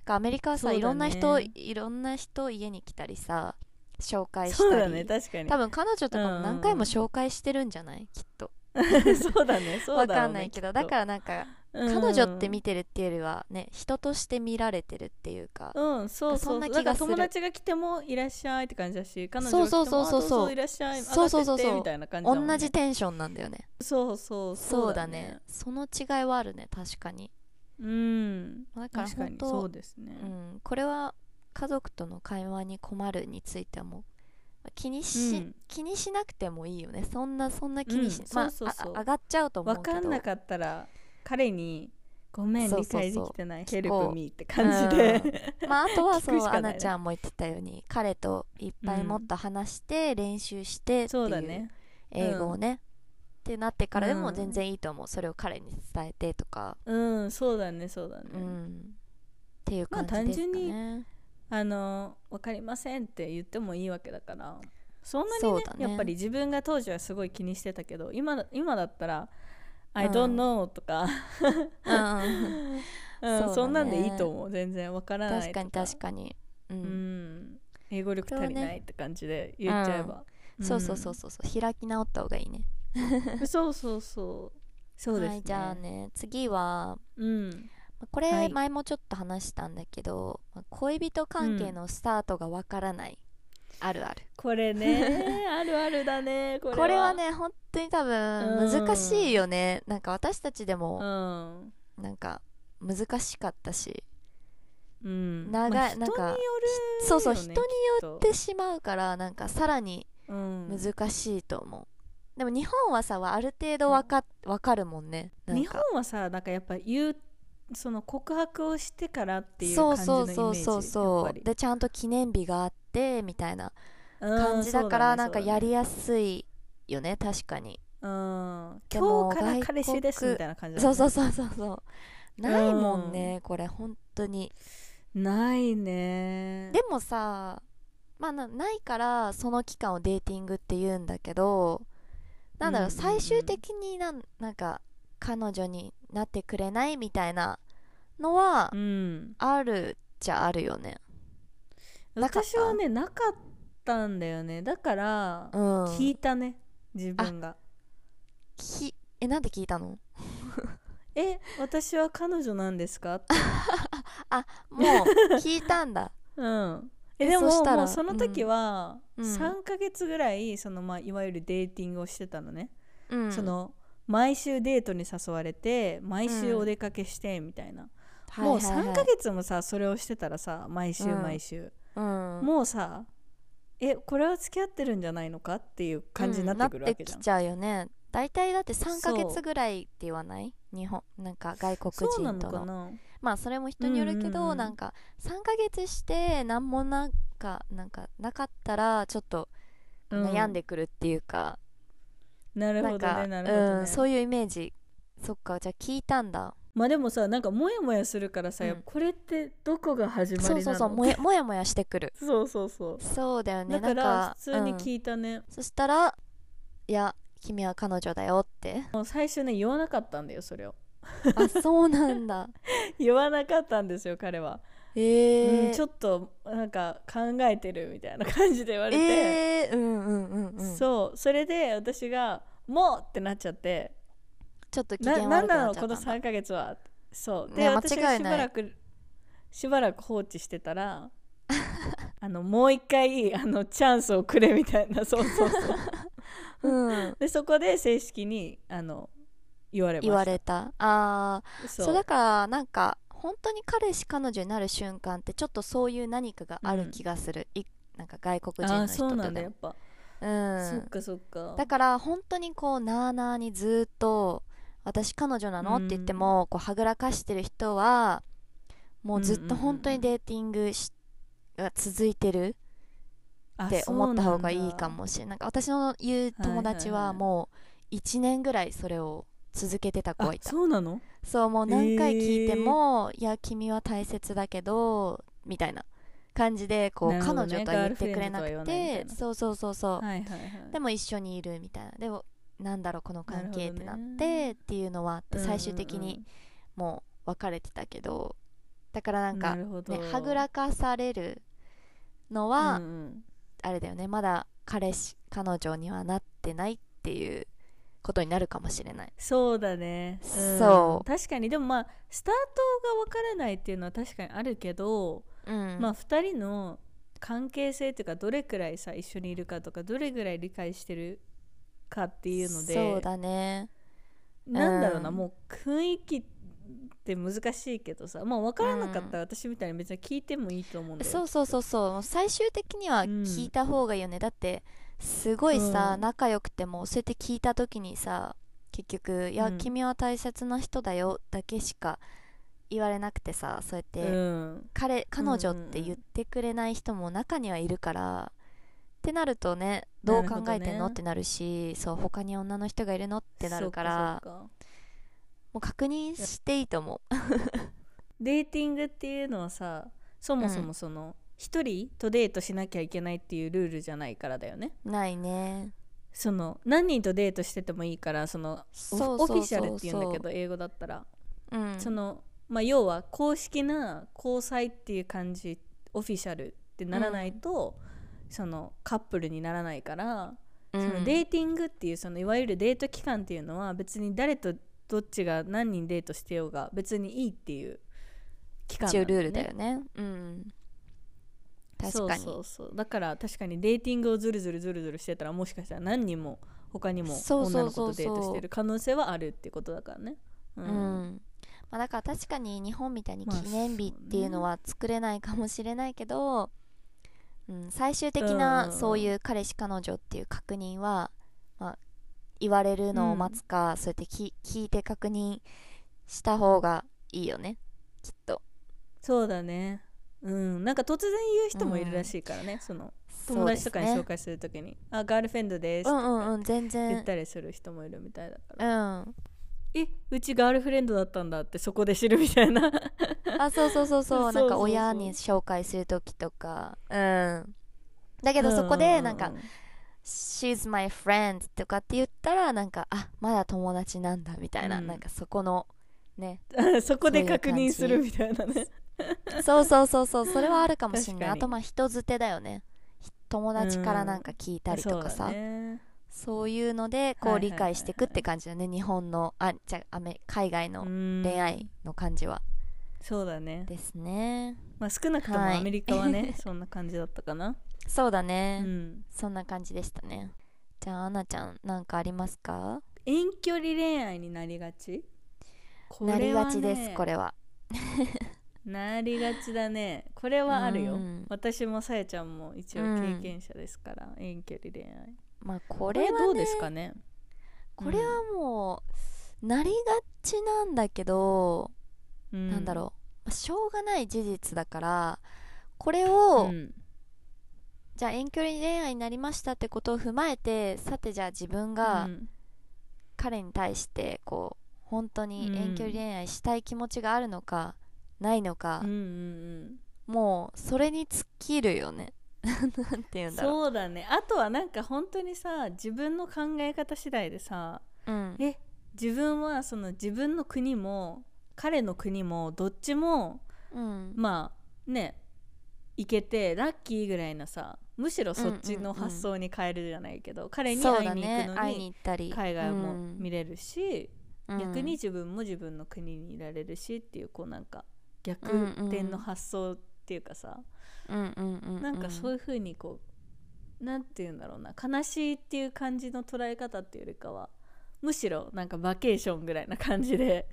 Speaker 1: んかアメリカはさ、
Speaker 2: そうだね
Speaker 1: いろんな人いろんな人家に来たりさ紹介したり
Speaker 2: そうだね確かに
Speaker 1: 多分彼女とか
Speaker 2: う
Speaker 1: も
Speaker 2: ん
Speaker 1: 何回も紹介してるんじゃない、きっと
Speaker 2: そうだ ねそうだろ
Speaker 1: わ
Speaker 2: うね、
Speaker 1: かんないけどだかららなんか
Speaker 2: うん
Speaker 1: 彼女って見てるっていうよりはね人として見られてるっていうか、
Speaker 2: うんそう
Speaker 1: そ
Speaker 2: そ
Speaker 1: ん
Speaker 2: う
Speaker 1: な
Speaker 2: だ
Speaker 1: 気
Speaker 2: か
Speaker 1: が
Speaker 2: ら
Speaker 1: する
Speaker 2: 友達が来てもいらっしゃいって感じだし彼女
Speaker 1: そう
Speaker 2: が来て
Speaker 1: そ
Speaker 2: も
Speaker 1: うそうそうそう
Speaker 2: あどぞいらっしゃい
Speaker 1: そうそうそうそう
Speaker 2: 上がってってみたいな感じだもん
Speaker 1: 同
Speaker 2: ね
Speaker 1: じテンションなんだよね
Speaker 2: そうそう
Speaker 1: そうだねその違いはあるね確かに
Speaker 2: うん
Speaker 1: だから
Speaker 2: 確か
Speaker 1: 本
Speaker 2: に
Speaker 1: 当
Speaker 2: そうですね
Speaker 1: うん、これは家族との会話に困るについても気にし、
Speaker 2: うん
Speaker 1: 気にしなくてもいいよねそんなそんな気にし、
Speaker 2: うん
Speaker 1: まあ
Speaker 2: そうそうそう
Speaker 1: ああ上がっちゃうと思う
Speaker 2: 分
Speaker 1: けど
Speaker 2: かんなかったら彼に「ごめん
Speaker 1: そう
Speaker 2: 理
Speaker 1: そうそう
Speaker 2: 解できてない
Speaker 1: 聞
Speaker 2: ヘル
Speaker 1: こう
Speaker 2: プミー」って感じで
Speaker 1: まあ、あ とはそ
Speaker 2: 聞く
Speaker 1: う、
Speaker 2: しかな
Speaker 1: ア
Speaker 2: い
Speaker 1: ナ
Speaker 2: ね
Speaker 1: ちゃんも言ってたように彼といっぱいもっと話して、練習してって
Speaker 2: そうだ
Speaker 1: いう
Speaker 2: ね
Speaker 1: 英語をね、ってなってからでも
Speaker 2: うん
Speaker 1: 全然いいと思うそれを彼に伝えてとか、
Speaker 2: うんそうだねそうだ
Speaker 1: う
Speaker 2: ね
Speaker 1: ん、っていう
Speaker 2: まあ
Speaker 1: 感じですか
Speaker 2: 単純に
Speaker 1: ね。
Speaker 2: あの「分かりません」って言ってもいいわけだからそんなに
Speaker 1: そう
Speaker 2: ね
Speaker 1: だね
Speaker 2: やっぱり自分が当時はすごい気にしてたけど今だ今だったら「I
Speaker 1: うん
Speaker 2: don't know」とか
Speaker 1: うん
Speaker 2: うん
Speaker 1: そうだね
Speaker 2: そんなんでいいと思う全然わからない
Speaker 1: 確
Speaker 2: と
Speaker 1: かに確かに、うん
Speaker 2: うん英語力足り
Speaker 1: そう
Speaker 2: な
Speaker 1: ね
Speaker 2: いって感じで言っちゃえば、
Speaker 1: そうそうそうそうそう開き直った方がいいね。
Speaker 2: うんそうそうそうそうです
Speaker 1: は
Speaker 2: ね、
Speaker 1: いじゃあね次は
Speaker 2: うん
Speaker 1: まあこれ、
Speaker 2: はい
Speaker 1: 前もちょっと話したんだけどまあ恋人関係のスタートがわからない、あるある
Speaker 2: こ れねあるあるだねこれは
Speaker 1: これはね本当に多分
Speaker 2: うん
Speaker 1: 難しいよね、なんか私たちで
Speaker 2: う
Speaker 1: も
Speaker 2: ん
Speaker 1: なんか難しかったし、
Speaker 2: うん
Speaker 1: 長い
Speaker 2: まあ人
Speaker 1: なんか
Speaker 2: による
Speaker 1: そうそう
Speaker 2: よ
Speaker 1: 人
Speaker 2: ね
Speaker 1: によ
Speaker 2: よ
Speaker 1: ってしまうからなんかさらに
Speaker 2: うん
Speaker 1: 難しいと思う、でも日本はさある程度わか,、わかるもんねなんか
Speaker 2: 日本はさなんかやっぱ言うその告白をしてからっていう
Speaker 1: そ
Speaker 2: 感
Speaker 1: う
Speaker 2: じ
Speaker 1: そ
Speaker 2: のイ
Speaker 1: う
Speaker 2: メージ
Speaker 1: そうそうそ
Speaker 2: やっぱ
Speaker 1: う
Speaker 2: り
Speaker 1: でちゃんと記念日があってみたいな
Speaker 2: うん
Speaker 1: 感じだから、
Speaker 2: そうね
Speaker 1: なんかやりやすいよね確かに
Speaker 2: うん
Speaker 1: でも
Speaker 2: 今日から彼氏です
Speaker 1: 外国
Speaker 2: みたいな感じだ
Speaker 1: そ
Speaker 2: ね
Speaker 1: うそうそうそうそうないもんね、これ本当に
Speaker 2: ないね
Speaker 1: でもさまあなないからその期間をデーティングって言うんだけどなんだろう、
Speaker 2: うんうんうん
Speaker 1: 最終的になんなんか彼女になってくれないみたいなのは
Speaker 2: うん
Speaker 1: あるっちゃあるよねなかった
Speaker 2: 私はねなかったんだよねだから、
Speaker 1: うん
Speaker 2: 聞いたね自分が
Speaker 1: きえなんで聞いたの
Speaker 2: え私は彼女なんですかって
Speaker 1: もう聞いたんだ
Speaker 2: うん
Speaker 1: え
Speaker 2: えでも
Speaker 1: そしたら
Speaker 2: もうその時
Speaker 1: うん
Speaker 2: は、
Speaker 1: うん
Speaker 2: 3ヶ月ぐらいその、まあ、いわゆるデーティングをしてたのね、
Speaker 1: うん
Speaker 2: その毎週デートに誘われて毎週お出かけしてみたいな、
Speaker 1: はいはい
Speaker 2: もう3ヶ月もさそれをしてたらさ毎週
Speaker 1: うん
Speaker 2: 毎週、
Speaker 1: うん
Speaker 2: もうさえこれは付き合ってるんじゃないのかっていう感じになってくるわけじ
Speaker 1: うんなっ
Speaker 2: ゃん、
Speaker 1: てきちゃうよね大体だって3ヶ
Speaker 2: そ
Speaker 1: 月
Speaker 2: う
Speaker 1: ぐらいって言わない日本なんか外国
Speaker 2: そうな
Speaker 1: 人と
Speaker 2: の
Speaker 1: の
Speaker 2: かな
Speaker 1: まあそれも人によるけど、
Speaker 2: うんうんうん
Speaker 1: なんか3ヶ月して何もなんかなんかなかったらちょっと悩んでくるっていうか、
Speaker 2: なる
Speaker 1: な
Speaker 2: ほ
Speaker 1: ん
Speaker 2: ど
Speaker 1: か、
Speaker 2: ねなるほどね、
Speaker 1: うん、そういうイメージそっかじゃあ聞いたんだ
Speaker 2: まあでもさなんかモヤモヤするからさ、
Speaker 1: うん
Speaker 2: これってどこが始まりな
Speaker 1: そ
Speaker 2: の
Speaker 1: うそうそうもや もやもやしてくる
Speaker 2: そうそうそう
Speaker 1: そうだよね
Speaker 2: だ
Speaker 1: な
Speaker 2: か
Speaker 1: んから
Speaker 2: 普通に
Speaker 1: うん
Speaker 2: 聞いたね、
Speaker 1: そしたら「いや君は彼女だよ」って
Speaker 2: もう最初ね言わなかったんだよそれを
Speaker 1: あそうなんだ
Speaker 2: 言わなかったんですよ彼は、
Speaker 1: え
Speaker 2: う
Speaker 1: ー、
Speaker 2: んちょっとなんか考えてるみたいな感じで言われて、
Speaker 1: えー、うんうんうんうん
Speaker 2: そうそれで私が「もう!」ってなっちゃって
Speaker 1: ちょっと
Speaker 2: 「
Speaker 1: 機
Speaker 2: な
Speaker 1: 嫌
Speaker 2: なん
Speaker 1: 悪く
Speaker 2: な
Speaker 1: なっ
Speaker 2: の
Speaker 1: ちゃ
Speaker 2: こ
Speaker 1: った
Speaker 2: の
Speaker 1: んだ
Speaker 2: 3ヶ月は」そう
Speaker 1: い
Speaker 2: で
Speaker 1: や
Speaker 2: 私
Speaker 1: 間
Speaker 2: が
Speaker 1: 違い
Speaker 2: し
Speaker 1: ない
Speaker 2: ばらくしばらく放置して たらあのもう一回あのチャンスをくれみたいなそうそうそ う
Speaker 1: うん
Speaker 2: でそこで正式にあの言われました
Speaker 1: 言われたあー
Speaker 2: そう
Speaker 1: そうだからなんか本当に彼氏彼女になる瞬間ってちょっとそういう何かがある気がする、いなんか外国人
Speaker 2: あ
Speaker 1: の
Speaker 2: ーそ
Speaker 1: 人
Speaker 2: う
Speaker 1: と
Speaker 2: な
Speaker 1: で
Speaker 2: んだやっ
Speaker 1: も
Speaker 2: ぱ、
Speaker 1: うん
Speaker 2: そっかそっか
Speaker 1: だから本当にこうなあなあにずっと「私彼女なの?」って言っても、こうはぐらかしてる人はもうずっと本当にデーティングしが続いてる
Speaker 2: あ
Speaker 1: って
Speaker 2: そう
Speaker 1: 思
Speaker 2: なん
Speaker 1: っ
Speaker 2: だ
Speaker 1: た方がいいかもしれないなんか私の言う友達
Speaker 2: はいはいは
Speaker 1: はいもう1年ぐらいそれを続けてた子
Speaker 2: あ
Speaker 1: がいた
Speaker 2: そうなの
Speaker 1: そうもう何回聞いても、いや君は大切だけどみたいな感じでこう、
Speaker 2: なるほ
Speaker 1: 彼
Speaker 2: ど
Speaker 1: 女
Speaker 2: ね
Speaker 1: とは言ってくれな
Speaker 2: ガール
Speaker 1: く
Speaker 2: フレンドとは言わないみた
Speaker 1: て
Speaker 2: いな
Speaker 1: そうそうそうそう、
Speaker 2: はいはいはい
Speaker 1: でも一緒にいるみたいなでもなんだろうこの関係ってな
Speaker 2: な
Speaker 1: っ
Speaker 2: るほど
Speaker 1: て
Speaker 2: ね
Speaker 1: っていうのはあって
Speaker 2: うんうんうん
Speaker 1: 最終的にもう別れてたけどだからなん
Speaker 2: な
Speaker 1: か、
Speaker 2: るほど
Speaker 1: ね、はぐらかされるのは、
Speaker 2: うんうん
Speaker 1: あれだよねまだ彼氏彼女にはなってないっていうことになるかもしれない
Speaker 2: そうだね、
Speaker 1: そう
Speaker 2: 確かにでもまあスタートが分からないっていうのは確かにあるけど、
Speaker 1: うん
Speaker 2: まあ2人の関係性というかどれくらいさ一緒にいるかとかどれぐらい理解してるかっていうので
Speaker 1: そうだね
Speaker 2: なんだろうな、
Speaker 1: うん
Speaker 2: もう雰囲気って難しいけどさまあ分からなかったら私みたいに別に聞いてもいいと思うんだよ、
Speaker 1: そうそうそうそう最終的には
Speaker 2: うん
Speaker 1: 聞いた方がいいよね、だってすごいさ、
Speaker 2: うん
Speaker 1: 仲良くてもそうやって聞いた時にさ結局「いや、
Speaker 2: うん
Speaker 1: 君は大切な人だよ」だけしか言われなくてさそうやって、
Speaker 2: うん、
Speaker 1: 彼彼女っ
Speaker 2: うんうん
Speaker 1: て言ってくれない人も中にはいるからってなるとねどう考えてん
Speaker 2: なるほ
Speaker 1: の、
Speaker 2: どね
Speaker 1: ってなるしそう他に女の人がいるのってなるから
Speaker 2: そっそっか
Speaker 1: もう確認していいと思う
Speaker 2: デーティングっていうのはさそもそもその一人とデートしなきゃいけないっていうルールじゃないからだよね
Speaker 1: ないね
Speaker 2: その何人とデートしててもいいからそのオフ
Speaker 1: そうそうそうそう
Speaker 2: オフィシャルって言うんだけど英語だったら、
Speaker 1: うん
Speaker 2: その、まあ、要は公式な交際っていう感じオフィシャルってならないと、そのカップルにならないから、
Speaker 1: うん
Speaker 2: そのデーティングっていうそのいわゆるデート期間っていうのは別に誰とどっちが何人デートしてようが別にいいっていう期間
Speaker 1: 一
Speaker 2: な
Speaker 1: 応
Speaker 2: ん
Speaker 1: ル
Speaker 2: だよ
Speaker 1: ー
Speaker 2: ね
Speaker 1: ルだよねうん確かに
Speaker 2: そうそうそうだから確かにデーティングをずるずるずるずるしてたらもしかしたら何人も他にも
Speaker 1: そうそうそう
Speaker 2: 女の子とデートしてる可能性はあるってことだからねう
Speaker 1: うん、まあ、だから確かに日本みたいに記念日っていうのは作れないかもしれないけど、うん、最終的
Speaker 2: う
Speaker 1: なんそういう彼氏彼女っていう確認は、まあ、言われるのを待つか、そうやってき聞いて確認した方がいいよねきっと
Speaker 2: そうだねうんなんか突然言う人もいるらしいからね、その友達とかに
Speaker 1: そう
Speaker 2: 紹
Speaker 1: ですね
Speaker 2: 介するときに、あガールフレンドです
Speaker 1: う
Speaker 2: って
Speaker 1: んうんうん全
Speaker 2: 言っ
Speaker 1: 然
Speaker 2: たりする人もいるみたいだから、
Speaker 1: うんあ
Speaker 2: えうちガールフレンドだったんだってそこで知るみたいな
Speaker 1: そうそうそうそう
Speaker 2: そうそうそう
Speaker 1: なんか親に紹介する時とかうんだけどそこ
Speaker 2: う
Speaker 1: で
Speaker 2: う
Speaker 1: なんか、She's my friend とかって言ったらなんかあまだ友達なんだみたいな、
Speaker 2: うん
Speaker 1: なんかそこのね
Speaker 2: そこで確認するみたいなね
Speaker 1: そうそうそうそうそれはあるかもしれない
Speaker 2: 確か
Speaker 1: あ
Speaker 2: に
Speaker 1: とまあ人づてだよねひ友達からなんか聞いたりとかさ、
Speaker 2: そ
Speaker 1: そう
Speaker 2: うだね
Speaker 1: いうのでこ
Speaker 2: は
Speaker 1: う
Speaker 2: いは
Speaker 1: 理
Speaker 2: いはい
Speaker 1: 解していくって感じだね、日本のあじゃあアメ海外の恋
Speaker 2: うん
Speaker 1: 愛の感じは、
Speaker 2: そうだね
Speaker 1: ですね
Speaker 2: まあ、少なくとも
Speaker 1: はい
Speaker 2: アメリカはね、 そんな感じだったかな。
Speaker 1: そうだ
Speaker 2: う
Speaker 1: ね、
Speaker 2: ん、
Speaker 1: そんな感じでしたねじゃあアナちゃんなんかありますか
Speaker 2: 遠距離恋愛になりがちこ
Speaker 1: なりがちですこ
Speaker 2: れ
Speaker 1: れは
Speaker 2: なりがちだねこれはあるよ、
Speaker 1: うん
Speaker 2: 私もさやちゃんも一応経験者ですから、遠距離恋愛
Speaker 1: まあ
Speaker 2: こ
Speaker 1: こ
Speaker 2: れ
Speaker 1: れは、ね、
Speaker 2: どうですかね
Speaker 1: これはもうなりがちなんだけど、
Speaker 2: うん
Speaker 1: なんだろうまあしょうがない事実だからこれを、
Speaker 2: ん
Speaker 1: じゃあ遠距離恋愛になりましたってことを踏まえてさてじゃあ自分が
Speaker 2: うん
Speaker 1: 彼に対してこう本当に
Speaker 2: うん
Speaker 1: 遠距離恋愛したい気持ちがあるのか、ないのか
Speaker 2: うんう、ん
Speaker 1: もうそれに尽きるよね なんて言
Speaker 2: う
Speaker 1: うん
Speaker 2: ん、
Speaker 1: だろう
Speaker 2: そうだねあとはなんか本当にさ自分の考え方次第でさ
Speaker 1: うん
Speaker 2: え自分はその自分の国も彼の国もどっちも
Speaker 1: うん
Speaker 2: まあね行けてラッキーぐらいなさむしろそっちの
Speaker 1: うんうんうん
Speaker 2: 発想に変えるじゃないけど、彼に
Speaker 1: そう
Speaker 2: 会い
Speaker 1: だ
Speaker 2: に行く
Speaker 1: ね
Speaker 2: の
Speaker 1: 会い
Speaker 2: に,、
Speaker 1: に行ったり
Speaker 2: 海外も
Speaker 1: うん
Speaker 2: 見れるし、
Speaker 1: うん
Speaker 2: 逆に自分も自分の国にいられるしっていうこうなんか逆転の発想っていうかさ、
Speaker 1: うんうんうんうん
Speaker 2: なんかそういうふうにこうなんて言うんだろうな悲しいっていう感じの捉え方っていうよりかはむしろなんかバケーションぐらいな感じで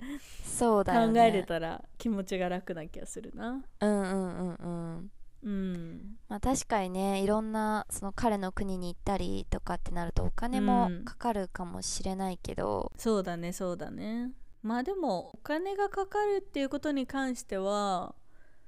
Speaker 1: そう
Speaker 2: 考
Speaker 1: だよね
Speaker 2: えれたら気持ちが楽な気がするな。
Speaker 1: うんうんうんうん
Speaker 2: うん、
Speaker 1: まあ確かにねいろんなその彼の国に行ったりとかってなるとお金も
Speaker 2: うん
Speaker 1: かかるかもしれないけど、
Speaker 2: そうだねそうだね。まあでもお金がかかるっていうことに関しては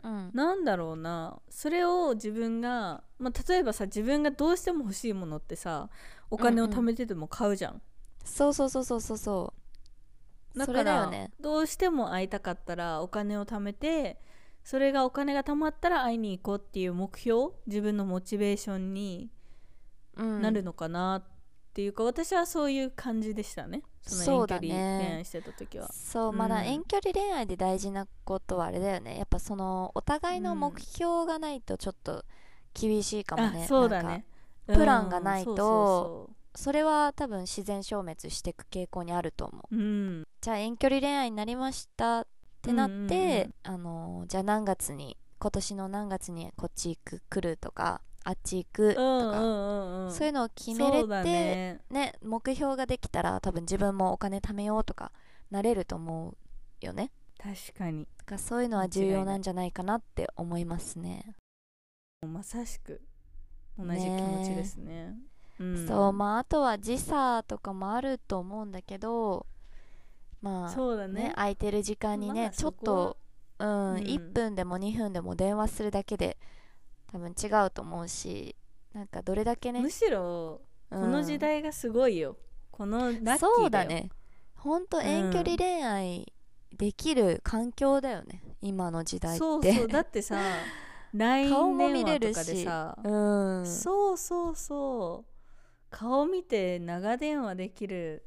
Speaker 1: うん、
Speaker 2: なんだろうなそれを自分が、まあ、例えばさ自分がどうしても欲しいものってさお金を
Speaker 1: うんうん
Speaker 2: 貯めてても買うじゃん。
Speaker 1: そうそうそうそうそうそう
Speaker 2: だ
Speaker 1: そ
Speaker 2: か
Speaker 1: れだ
Speaker 2: ら
Speaker 1: よね
Speaker 2: どうしても会いたかったらお金を貯めてそれがお金が貯まったら会いに行こうっていう目標自分のモチベーションに
Speaker 1: うん
Speaker 2: なるのかなっていうか、私はそういう感じでしたねそ
Speaker 1: そ
Speaker 2: の
Speaker 1: うだ
Speaker 2: 遠距
Speaker 1: ね
Speaker 2: 離恋愛してた時は。
Speaker 1: そうまだ
Speaker 2: うん
Speaker 1: 遠距離恋愛で大事なことはあれだよねやっぱそのお互いの目標がないとちょっと厳しいかもね、
Speaker 2: あそうだ
Speaker 1: なんか
Speaker 2: ね
Speaker 1: プランがないと
Speaker 2: うんそう
Speaker 1: それは多分自然消滅していく傾向にあると思う
Speaker 2: そうそううん
Speaker 1: じゃあ遠距離恋愛になりましたってなって、
Speaker 2: うんうんうん
Speaker 1: あのーじゃあ何月に今年の何月にこっち行く来るとかあっち行くと
Speaker 2: うんう
Speaker 1: か、
Speaker 2: んうんうん
Speaker 1: そういうのを決めれ
Speaker 2: そ
Speaker 1: て
Speaker 2: うだ
Speaker 1: ね
Speaker 2: ね
Speaker 1: 目標ができたら多分自分もお金貯めようとかなれると思うよね
Speaker 2: 確かに
Speaker 1: だからそういうのは重要なんじゃないかなって思いますね、
Speaker 2: もうまさしく同じ気持ちですねうん
Speaker 1: そうまああとは時差とかもあると思うんだけどまあ
Speaker 2: そうだ
Speaker 1: ね
Speaker 2: ね
Speaker 1: 空いてる時間にね、
Speaker 2: まあ
Speaker 1: ちょっ
Speaker 2: そことは、
Speaker 1: うん
Speaker 2: うん
Speaker 1: 1分でも2分でも電話するだけで多分違うと思うしなんかどれだけね
Speaker 2: む、しろ
Speaker 1: うん
Speaker 2: この時代がすごいよ、このラッキーだよ
Speaker 1: そうだねほんと
Speaker 2: ん
Speaker 1: 遠距離恋愛できる環境だよね、今の時代って
Speaker 2: そうそうだって さ LINE
Speaker 1: 顔も見
Speaker 2: 電
Speaker 1: れる
Speaker 2: 話とかで
Speaker 1: し
Speaker 2: さ、
Speaker 1: うん
Speaker 2: そうそうそう顔見て長電話できる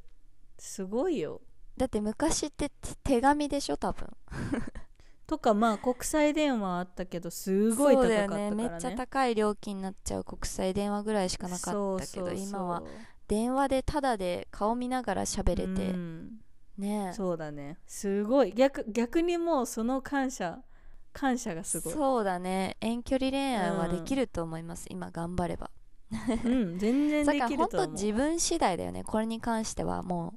Speaker 2: すごいよ
Speaker 1: だって昔って手紙でしょ多分
Speaker 2: とかまあ国際電話あったけどすごい高かったか
Speaker 1: そうだ
Speaker 2: ら
Speaker 1: よね
Speaker 2: ね
Speaker 1: めっちゃ高い料金になっちゃう国際電話ぐらいしかなかったけど
Speaker 2: そうそうそう
Speaker 1: 今は電話でタダで顔見ながら喋れて、
Speaker 2: うん
Speaker 1: ねえ
Speaker 2: そうだねすごい逆逆にもうその感謝感謝がすごい
Speaker 1: そうだね遠距離恋愛は
Speaker 2: うん
Speaker 1: できると思います、今頑張れば
Speaker 2: うん全然
Speaker 1: だか
Speaker 2: で
Speaker 1: ら
Speaker 2: きる
Speaker 1: 本
Speaker 2: と思
Speaker 1: 当
Speaker 2: う
Speaker 1: 自分次第だよねこれに関してはも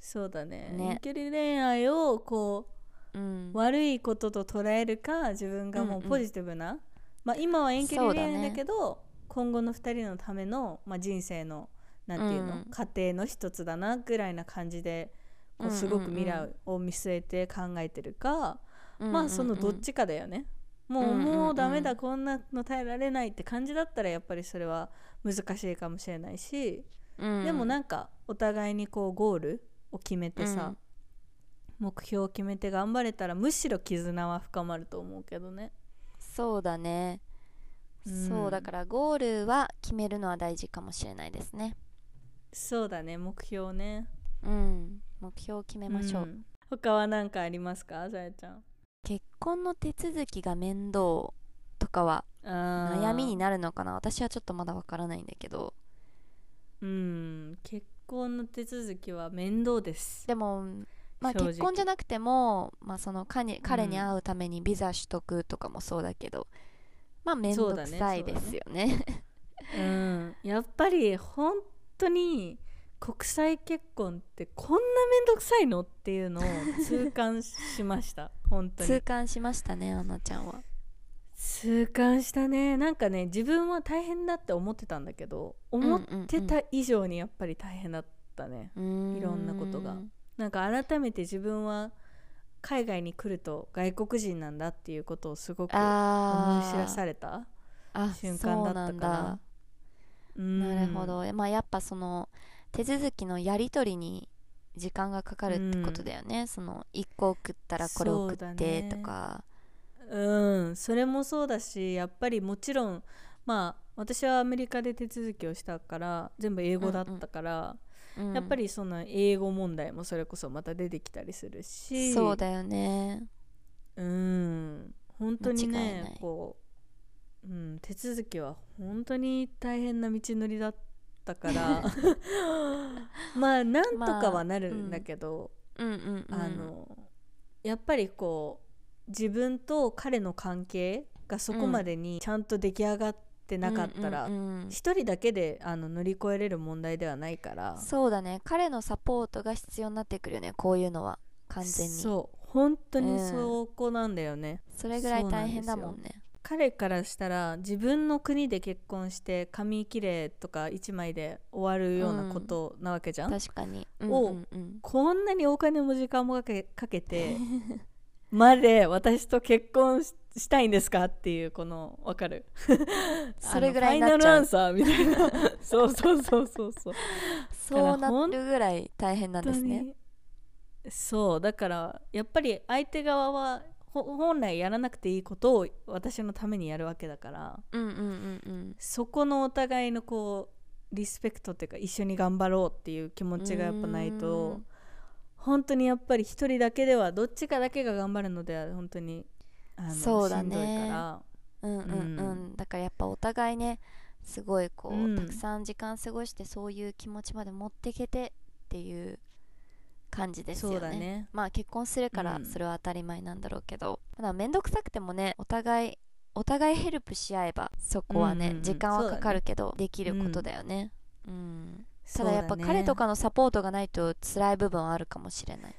Speaker 2: そうだね
Speaker 1: ね
Speaker 2: 遠距離恋愛をこ
Speaker 1: う、うん
Speaker 2: う、悪いことと捉えるか自分がもう
Speaker 1: うんうん
Speaker 2: ポジティブな、まあ、今は遠距離
Speaker 1: そ
Speaker 2: 恋
Speaker 1: うだ
Speaker 2: 愛
Speaker 1: ね
Speaker 2: だけど今後の2人のための、まあ、人生のなんていうの、
Speaker 1: うん
Speaker 2: 過程の一つだなぐらいな感じでこ
Speaker 1: うんう
Speaker 2: う
Speaker 1: んうん
Speaker 2: すごく未来を見据えて考えてるか、まあそのどっちかだよね。もう,、
Speaker 1: うんうんうん
Speaker 2: もうダメだこんなの耐えられないって感じだったらやっぱりそれは難しいかもしれないし、でもなんかお互いにこうゴールを決めてさ、目標を決めて頑張れたらむしろ絆は深まると思うけどね
Speaker 1: そうだね、
Speaker 2: うん
Speaker 1: そうだからゴールは決めるのは大事かもしれないですね
Speaker 2: そうだね目標ね
Speaker 1: うん目標を決めましょう、
Speaker 2: ん他は何かありますかさやちゃん
Speaker 1: 結婚の手続きが面倒とかは悩
Speaker 2: 悩
Speaker 1: みに
Speaker 2: な
Speaker 1: なるのかな私はちょっとまだわからないんだけど
Speaker 2: うん結婚の手続きは面倒です
Speaker 1: でも、まあ、
Speaker 2: 正直
Speaker 1: 結婚じゃなくても、まあ、その彼に彼に会うためにビザ取得とかもそうだけど、まあ面倒くさいですよね。
Speaker 2: うんやっぱり本当に国際結婚ってこんな面倒くさいのっていうのを痛感しました 本当
Speaker 1: 痛
Speaker 2: に
Speaker 1: 感しましたねアンナちゃんは
Speaker 2: 痛感したねなんかね自分は大変だって思ってたんだけど思ってた以上にやっぱり大変だったね、
Speaker 1: いろん
Speaker 2: んなことがなんか改めて自分は海外に来ると外国人なんだっていうことをすごく思
Speaker 1: あ
Speaker 2: い
Speaker 1: ー
Speaker 2: 知らされた
Speaker 1: あ
Speaker 2: 瞬間だったかな
Speaker 1: そうなんだ
Speaker 2: うん
Speaker 1: なるほど、まあ、やっぱその手続きのやり取りに時間がかかるってことだよね、その1個送ったらこれ送
Speaker 2: そうだ
Speaker 1: って
Speaker 2: ね
Speaker 1: とか
Speaker 2: うんそれもそうだしやっぱりもちろんまあ私はアメリカで手続きをしたから全部英語だったから、
Speaker 1: うん
Speaker 2: やっぱりその英語問題もそれこそまた出てきたりするし
Speaker 1: そうだよね
Speaker 2: うん本当に
Speaker 1: 間違いない
Speaker 2: ねこう、うん、手続きは本当に大変な道のりだったから まあなんとかはなるんだけど、
Speaker 1: うんうん、うん、
Speaker 2: あのやっぱりこう自分と彼の関係がそこまでにちゃんと出来上がってなかったら、
Speaker 1: うんうんうん
Speaker 2: 一人だけであの乗り越えれる問題ではないから
Speaker 1: そうだね彼のサポートが必要になってくるよねこういうのは完全にそ
Speaker 2: そう本当にそこなんだよね、
Speaker 1: れぐらい大変だもんね
Speaker 2: 彼からしたら自分の国で結婚して髪きれいとか1枚で終わるようなことなわけじゃん、
Speaker 1: 確かにうん
Speaker 2: を
Speaker 1: うんうん
Speaker 2: こんなにお金も時間もかけか けてまで私と結婚ししたいんですかっていうこの わかる
Speaker 1: それぐらいにな
Speaker 2: あ
Speaker 1: っ
Speaker 2: の
Speaker 1: ち
Speaker 2: ファイナル
Speaker 1: ゃ
Speaker 2: ア
Speaker 1: う
Speaker 2: ンサーみたいな そうそうそうそうそう
Speaker 1: そうなるぐらい大変なんですね
Speaker 2: 本当にそうだからやっぱり相手側はほ本来やらなくていいことを私のためにやるわけだから
Speaker 1: うんうんうんうん
Speaker 2: そこのお互いのこうリスペクトっていうか一緒に頑張ろうっていう気持ちがやっぱない
Speaker 1: うん
Speaker 2: と本当にやっぱり一人だけではどっちかだけが頑張るのでは本当にあの
Speaker 1: そうだね
Speaker 2: しんどいから
Speaker 1: うんうんうん、
Speaker 2: う
Speaker 1: だからやっぱお互いねすごいこう、
Speaker 2: うん
Speaker 1: たくさん時間過ごしてそういう気持ちまで持ってけてっていう感じですよね
Speaker 2: そうだね
Speaker 1: まあ結婚するから
Speaker 2: うん
Speaker 1: それは当たり前なんだろうけど、ただ面倒くさくてもねお互いお互いヘルプし合えばそこはね、
Speaker 2: うんうんうん
Speaker 1: 時間はかか
Speaker 2: そうだ
Speaker 1: る
Speaker 2: ね
Speaker 1: けど、できることだよね、うん、ただ
Speaker 2: そう
Speaker 1: やっぱ彼
Speaker 2: ね
Speaker 1: とかのサポートがないと辛い部分はあるかもしれない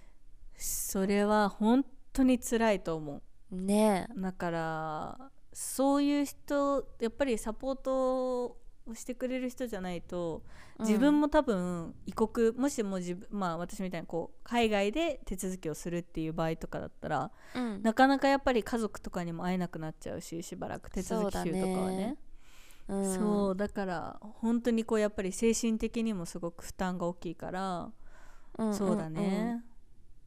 Speaker 2: それは本当に辛いと思
Speaker 1: ねえ
Speaker 2: うだからそういう人やっぱりサポートをしてくれる人じゃないと
Speaker 1: うん
Speaker 2: 自分も多分異国もしも自分まあ私みたいにこう海外で手続きをするっていう場合とかだったら
Speaker 1: うん
Speaker 2: なかなかやっぱり家族とかにも会えなくなっちゃうししばらく手続き中とかはね
Speaker 1: う
Speaker 2: そう,、
Speaker 1: ん
Speaker 2: だから本当にこうやっぱり精神的にもすごく負担が大きいから、
Speaker 1: うんんん
Speaker 2: そうだね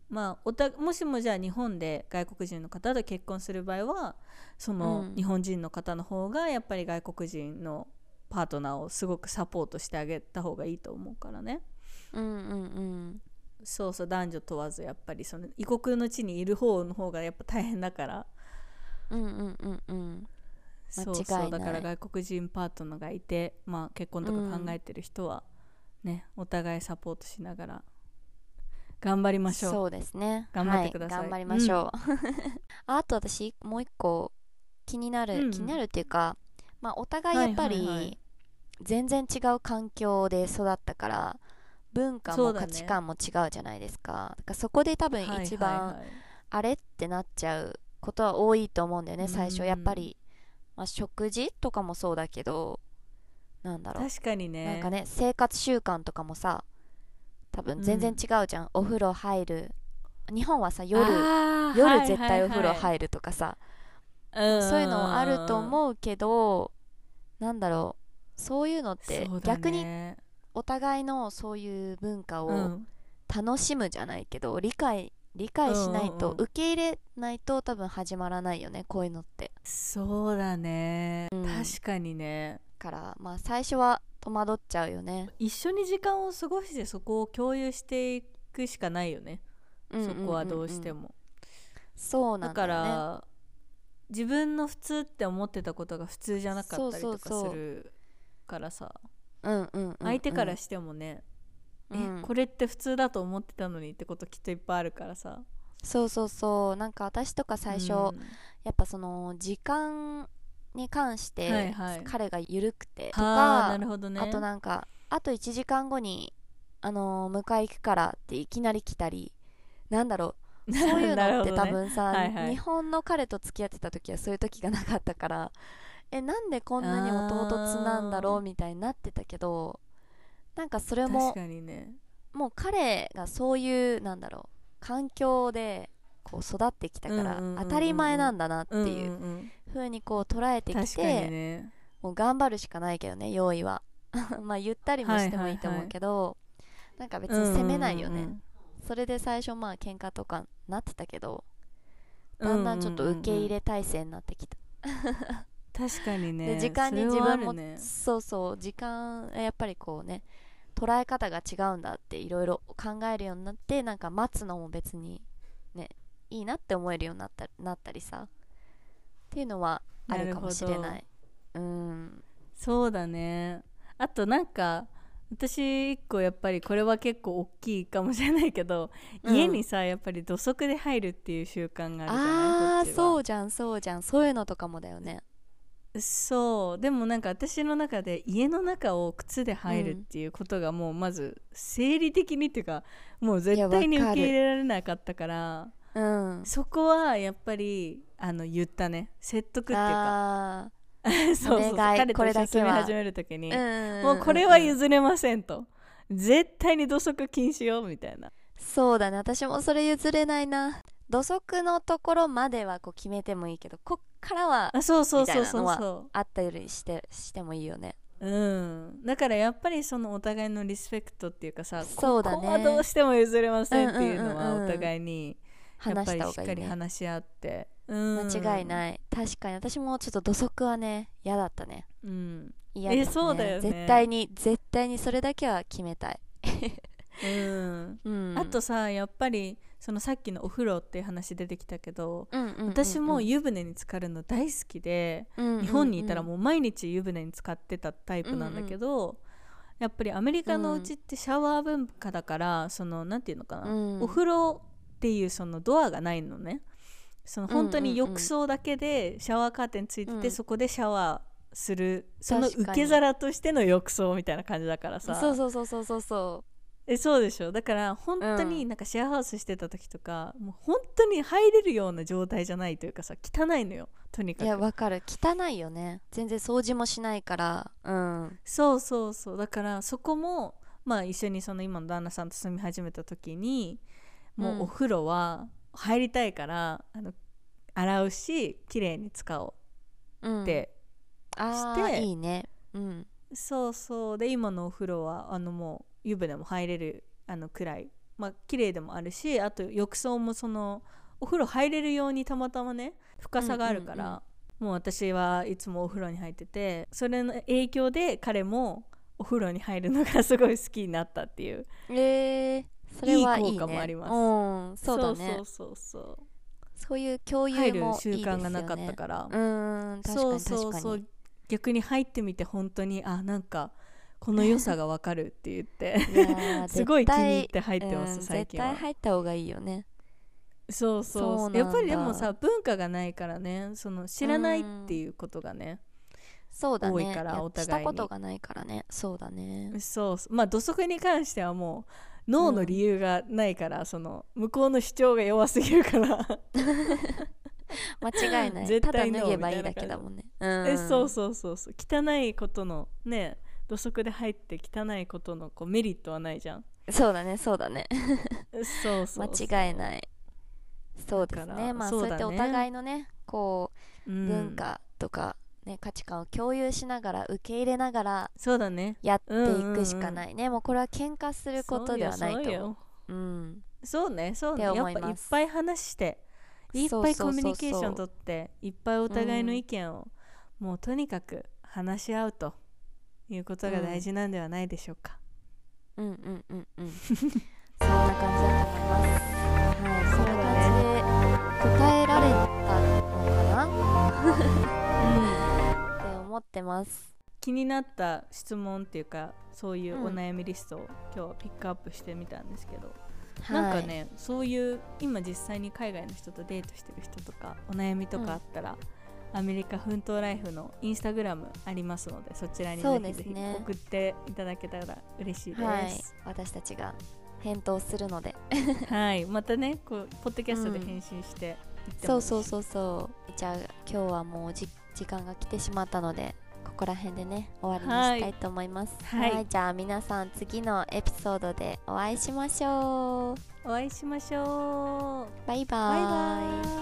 Speaker 2: まあおたもしもじゃあ日本で外国人の方と結婚する場合はその
Speaker 1: うん
Speaker 2: 日本人の方の方がやっぱり外国人のパートナーをすごくサポートしてあげた方がいいと思うからね
Speaker 1: うんうんうん
Speaker 2: そうそう男女問わずやっぱりその異国の地にいる方の方がやっぱ大変だから
Speaker 1: うんうんうんうん
Speaker 2: そう
Speaker 1: 間違いな
Speaker 2: そ
Speaker 1: いう
Speaker 2: だから外国人パートナーがいて、まあ、結婚とか考えてる人は、ねお互いサポートしながら頑張りましょう
Speaker 1: そうですね
Speaker 2: 頑張ってください
Speaker 1: は頑張りましょう、 あと私もう一個気になる、
Speaker 2: うん
Speaker 1: 気になるっていうかまあお互いやっぱ
Speaker 2: はいはいは
Speaker 1: り
Speaker 2: い
Speaker 1: 全然違う環境で育ったから文化
Speaker 2: そ
Speaker 1: も
Speaker 2: うだね
Speaker 1: 価値観も違うじゃないですかだからそこで多分
Speaker 2: はいはい
Speaker 1: 一番
Speaker 2: はい
Speaker 1: あれってなっちゃうことは多いと思うんだよね、最初
Speaker 2: うん
Speaker 1: やっぱり、まあ、食事とかもそうだけどなんだろう
Speaker 2: 確かにね
Speaker 1: なんかね生活習慣とかもさ多分全然違うじゃん、お風呂入る日本はさ夜
Speaker 2: あー
Speaker 1: 夜
Speaker 2: はい
Speaker 1: 絶
Speaker 2: はい
Speaker 1: 対
Speaker 2: は
Speaker 1: お
Speaker 2: い
Speaker 1: 風呂入るとかさ、
Speaker 2: うん
Speaker 1: そういうのあると思うけどなんだろうそういうのって
Speaker 2: そうだね
Speaker 1: 逆にお互いのそういう文化
Speaker 2: う
Speaker 1: を
Speaker 2: ん
Speaker 1: 楽しむじゃないけど、理解理解しない
Speaker 2: うん
Speaker 1: と
Speaker 2: うんうん
Speaker 1: 受け入れないと多分始まらないよねこういうのって。
Speaker 2: そうだね、
Speaker 1: うん
Speaker 2: 確かにね
Speaker 1: からまあ最初は戸惑っちゃうよね。
Speaker 2: 一緒に時間を過ごしてそこを共有していくしかないよね、
Speaker 1: うん
Speaker 2: そこはどうして
Speaker 1: んんん
Speaker 2: も
Speaker 1: そうな
Speaker 2: だ
Speaker 1: んだ
Speaker 2: か
Speaker 1: よね。
Speaker 2: ら自分の普通って思ってたことが普通じゃなかったりと
Speaker 1: そうそうそ
Speaker 2: か
Speaker 1: う
Speaker 2: するからさ
Speaker 1: うんうんうんうん
Speaker 2: 相手からしてもね、
Speaker 1: うん
Speaker 2: えこれって普通だと思ってたのにってこときっといっぱいあるからさ
Speaker 1: そうそうそうなんか私とか最初、
Speaker 2: うん
Speaker 1: やっぱその時間に関して、
Speaker 2: はいはい
Speaker 1: 彼が緩くてと
Speaker 2: は
Speaker 1: か
Speaker 2: あなるほどね
Speaker 1: あとなんかあと1時間後にあのー迎え行くからっていきなり来たりなんだろうそういう
Speaker 2: なる
Speaker 1: のって
Speaker 2: ほどね
Speaker 1: 多分さ、
Speaker 2: はいはい
Speaker 1: 日本の彼と付き合ってた時はそういう時がなかったからえなんでこんなに弟つなんだろ
Speaker 2: あ
Speaker 1: う
Speaker 2: ー
Speaker 1: みたいになってたけどなんかそれ
Speaker 2: 確
Speaker 1: も
Speaker 2: かにね
Speaker 1: もう彼がそういうなんだろう環境でこう育ってきたから
Speaker 2: うんうんうんうんうん
Speaker 1: 当たり前なんだなって
Speaker 2: うん
Speaker 1: いう
Speaker 2: うんうん
Speaker 1: 風にこう捉えてき
Speaker 2: 確
Speaker 1: て、
Speaker 2: かにね
Speaker 1: もう頑張るしかないけどね用意は まあゆったりもしてもいいと思うけど、なんか別に責めないよね、
Speaker 2: うんうんうん
Speaker 1: それで最初まあ喧嘩とかなってたけど
Speaker 2: うん
Speaker 1: だんだんちょっと受け入
Speaker 2: うんうん
Speaker 1: れ体制になってきた、
Speaker 2: うん確かにね
Speaker 1: で時間に
Speaker 2: そ
Speaker 1: 自
Speaker 2: れはあ
Speaker 1: 分
Speaker 2: る
Speaker 1: も
Speaker 2: ね
Speaker 1: そうそう時間やっぱりこうね捉え方が違うんだっていろいろ考えるようになってなんか待つのも別にねいいなって思えるようになったなったりさっていうのはあるかもしれ
Speaker 2: な
Speaker 1: な
Speaker 2: る
Speaker 1: いうん
Speaker 2: そうだねあとなんか私一個やっぱりこれは結構大きいかもしれないけど、
Speaker 1: うん
Speaker 2: 家にさやっぱり土足で入るっていう習慣があるじゃない
Speaker 1: ああ
Speaker 2: こっ
Speaker 1: ー
Speaker 2: ちは
Speaker 1: そうじゃんそうじゃんそういうのとかもだよね
Speaker 2: そうでもなんか私の中で家の中を靴で入るっていうことがもうまず生理的にっていうかもう絶対に
Speaker 1: いや
Speaker 2: 受
Speaker 1: わかる
Speaker 2: け入れられなかったから
Speaker 1: うん
Speaker 2: そこはやっぱりあの言ったね説得っていうか
Speaker 1: あ
Speaker 2: そう そうそう
Speaker 1: お願い
Speaker 2: 彼と
Speaker 1: こ
Speaker 2: 一
Speaker 1: れ
Speaker 2: 緒に
Speaker 1: だけ
Speaker 2: 住み
Speaker 1: は
Speaker 2: 始める時に、
Speaker 1: ー
Speaker 2: もうこれは
Speaker 1: んんん
Speaker 2: 譲れませんと絶対に土足禁止よみたいな
Speaker 1: そうだね私もそれ譲れないな土足のところまではこう決めてもいいけどこっからは
Speaker 2: あそうそうそう
Speaker 1: みた
Speaker 2: そ
Speaker 1: いうな
Speaker 2: そ
Speaker 1: あったよりしてしてもいいよね
Speaker 2: ううんだからやっぱりそのお互いのリスペクトっていうかさ
Speaker 1: そうだね
Speaker 2: ここはどうしても譲れませんっていうの
Speaker 1: うんうんうん
Speaker 2: は
Speaker 1: うん
Speaker 2: お互いにやっ
Speaker 1: 話
Speaker 2: ぱ
Speaker 1: し
Speaker 2: り
Speaker 1: た
Speaker 2: し
Speaker 1: 方が
Speaker 2: っ
Speaker 1: い
Speaker 2: か
Speaker 1: い、
Speaker 2: り
Speaker 1: ね、
Speaker 2: 話し合って、
Speaker 1: 間違い
Speaker 2: い、
Speaker 1: ない確かに私もちょっと土足はね嫌だったね
Speaker 2: うん
Speaker 1: 嫌です、ね、
Speaker 2: えそうだよね
Speaker 1: 絶対に絶対にそれだけは決めたい、
Speaker 2: うん
Speaker 1: うん、
Speaker 2: あとさやっぱりそのさっきのお風呂っていう話出てきたけど、
Speaker 1: うんうんうんうん、
Speaker 2: 私も湯船に浸かるの大好きで、日本にいたらもう毎日湯船に浸かってたタイプなんだけど、やっぱりアメリカのうちってシャワー文化だから、そのなんていうのかな、
Speaker 1: うん
Speaker 2: お風呂っていうそのドアがないのねその本当に浴槽だけでシャワーカーテンついてて、
Speaker 1: うん
Speaker 2: そこでシャワーするその
Speaker 1: 確
Speaker 2: 受
Speaker 1: かに
Speaker 2: け皿としての浴槽みたいな感じだからさ
Speaker 1: そうそうそうそうそうそ
Speaker 2: えそうでしょだから本当になんかシェアハウスしてた時とか、もう本当に入れるような状態じゃないというかさ汚いのよとに
Speaker 1: う
Speaker 2: か
Speaker 1: いや
Speaker 2: く
Speaker 1: わかる汚いよね全然掃除もしないからうん
Speaker 2: そうそうそうだからそこもまあ一緒にその今の旦那さんと住み始めた時にも
Speaker 1: う
Speaker 2: うんお風呂は入りたいから、あの洗うし綺麗に使おう
Speaker 1: で、
Speaker 2: って、
Speaker 1: あ
Speaker 2: して
Speaker 1: ーいいねうん
Speaker 2: そうそうで今のお風呂はあのもう湯船も入れるあのくらいまあ綺麗でもあるしあと浴槽もそのお風呂入れるようにたまたまね深さがあるから、
Speaker 1: うんうん
Speaker 2: もう私はいつもお風呂に入っててそれの影響で彼もお風呂に入るのがすごい好きになったっていう
Speaker 1: えー、それはいい、ね、
Speaker 2: いい効果もあります
Speaker 1: うんそうだね
Speaker 2: そ
Speaker 1: そう
Speaker 2: うそうそうそう
Speaker 1: いう共有もい
Speaker 2: 入
Speaker 1: いです
Speaker 2: る
Speaker 1: よね
Speaker 2: 習慣がなかったから
Speaker 1: うーん確か
Speaker 2: そう
Speaker 1: に確かに
Speaker 2: そうそう逆に入ってみて本当にあなんかこの良さがわかるって言って
Speaker 1: いやー
Speaker 2: すごい気に入っ
Speaker 1: 絶
Speaker 2: て入っ
Speaker 1: 対
Speaker 2: てま
Speaker 1: う
Speaker 2: す
Speaker 1: ん
Speaker 2: 最近は
Speaker 1: 絶対入った方がいいよね
Speaker 2: そうそう
Speaker 1: そうなんだ
Speaker 2: やっぱりでもさ文化がないからねその知らないっていうことがね、
Speaker 1: そうだね
Speaker 2: 多いから
Speaker 1: や
Speaker 2: お互いに
Speaker 1: したことがないからねそうだ ね
Speaker 2: そうそうまあ土足に関してはもう脳の理由がないから、その向こうの主張が弱すぎるから、
Speaker 1: 間違いない
Speaker 2: 絶
Speaker 1: ただ
Speaker 2: 対
Speaker 1: 脱げばいい
Speaker 2: ノー
Speaker 1: だ
Speaker 2: みたいな感
Speaker 1: け
Speaker 2: じ
Speaker 1: だもんね
Speaker 2: え
Speaker 1: うん
Speaker 2: そうそうそうそう汚いことのね土足で入って汚いことのこうメリットはないじゃん
Speaker 1: そうだねそうだね
Speaker 2: そうそうそう
Speaker 1: 間違いないそうで
Speaker 2: だ
Speaker 1: す
Speaker 2: から
Speaker 1: ねまあ
Speaker 2: そう
Speaker 1: そう
Speaker 2: だね
Speaker 1: やってお互いのねこ
Speaker 2: う
Speaker 1: うん文化とか、ね価値観を共有しながら受け入れながら
Speaker 2: そうだね
Speaker 1: やっていくしかないね、もうこれは喧嘩することではないと
Speaker 2: そうよ
Speaker 1: 思
Speaker 2: そううよ
Speaker 1: う、ん、
Speaker 2: そうねそうね
Speaker 1: って
Speaker 2: やっ
Speaker 1: 思
Speaker 2: ぱ
Speaker 1: い
Speaker 2: いっ
Speaker 1: ます
Speaker 2: ぱい話していっ
Speaker 1: そう
Speaker 2: ぱ
Speaker 1: そそ
Speaker 2: いう
Speaker 1: うそう
Speaker 2: コミュニケーションとっていっぱいお互いの意見を、もうとにかく話し合うということが大事なんではないでしょうか、
Speaker 1: うんうんうんうんそんな感じだと思いますはいそんな感じで答えられたのかなって思ってます
Speaker 2: 気になった質問っていうかそういうお
Speaker 1: うん
Speaker 2: 悩みリストを今日はピックアップしてみたんですけど、
Speaker 1: はい
Speaker 2: なんかねそういう今実際に海外の人とデートしてる人とかお悩みとかあったら、アメリカ奮闘ライフのインスタグラムありますのでそちらにぜひぜひ送っていただけたら嬉しいです。
Speaker 1: はい、私たちが返答するので
Speaker 2: はいまたねこうポッドキャストで返信して、
Speaker 1: うん、そうそうそうそうじゃあ今日はもうじ時間が来てしまったのでここら辺でね終わりにしたいと思います、はい、はい、じゃあ皆さん次のエピソードでお会いしましょ
Speaker 2: うお会いしましょ
Speaker 1: うバイバイ,バイバ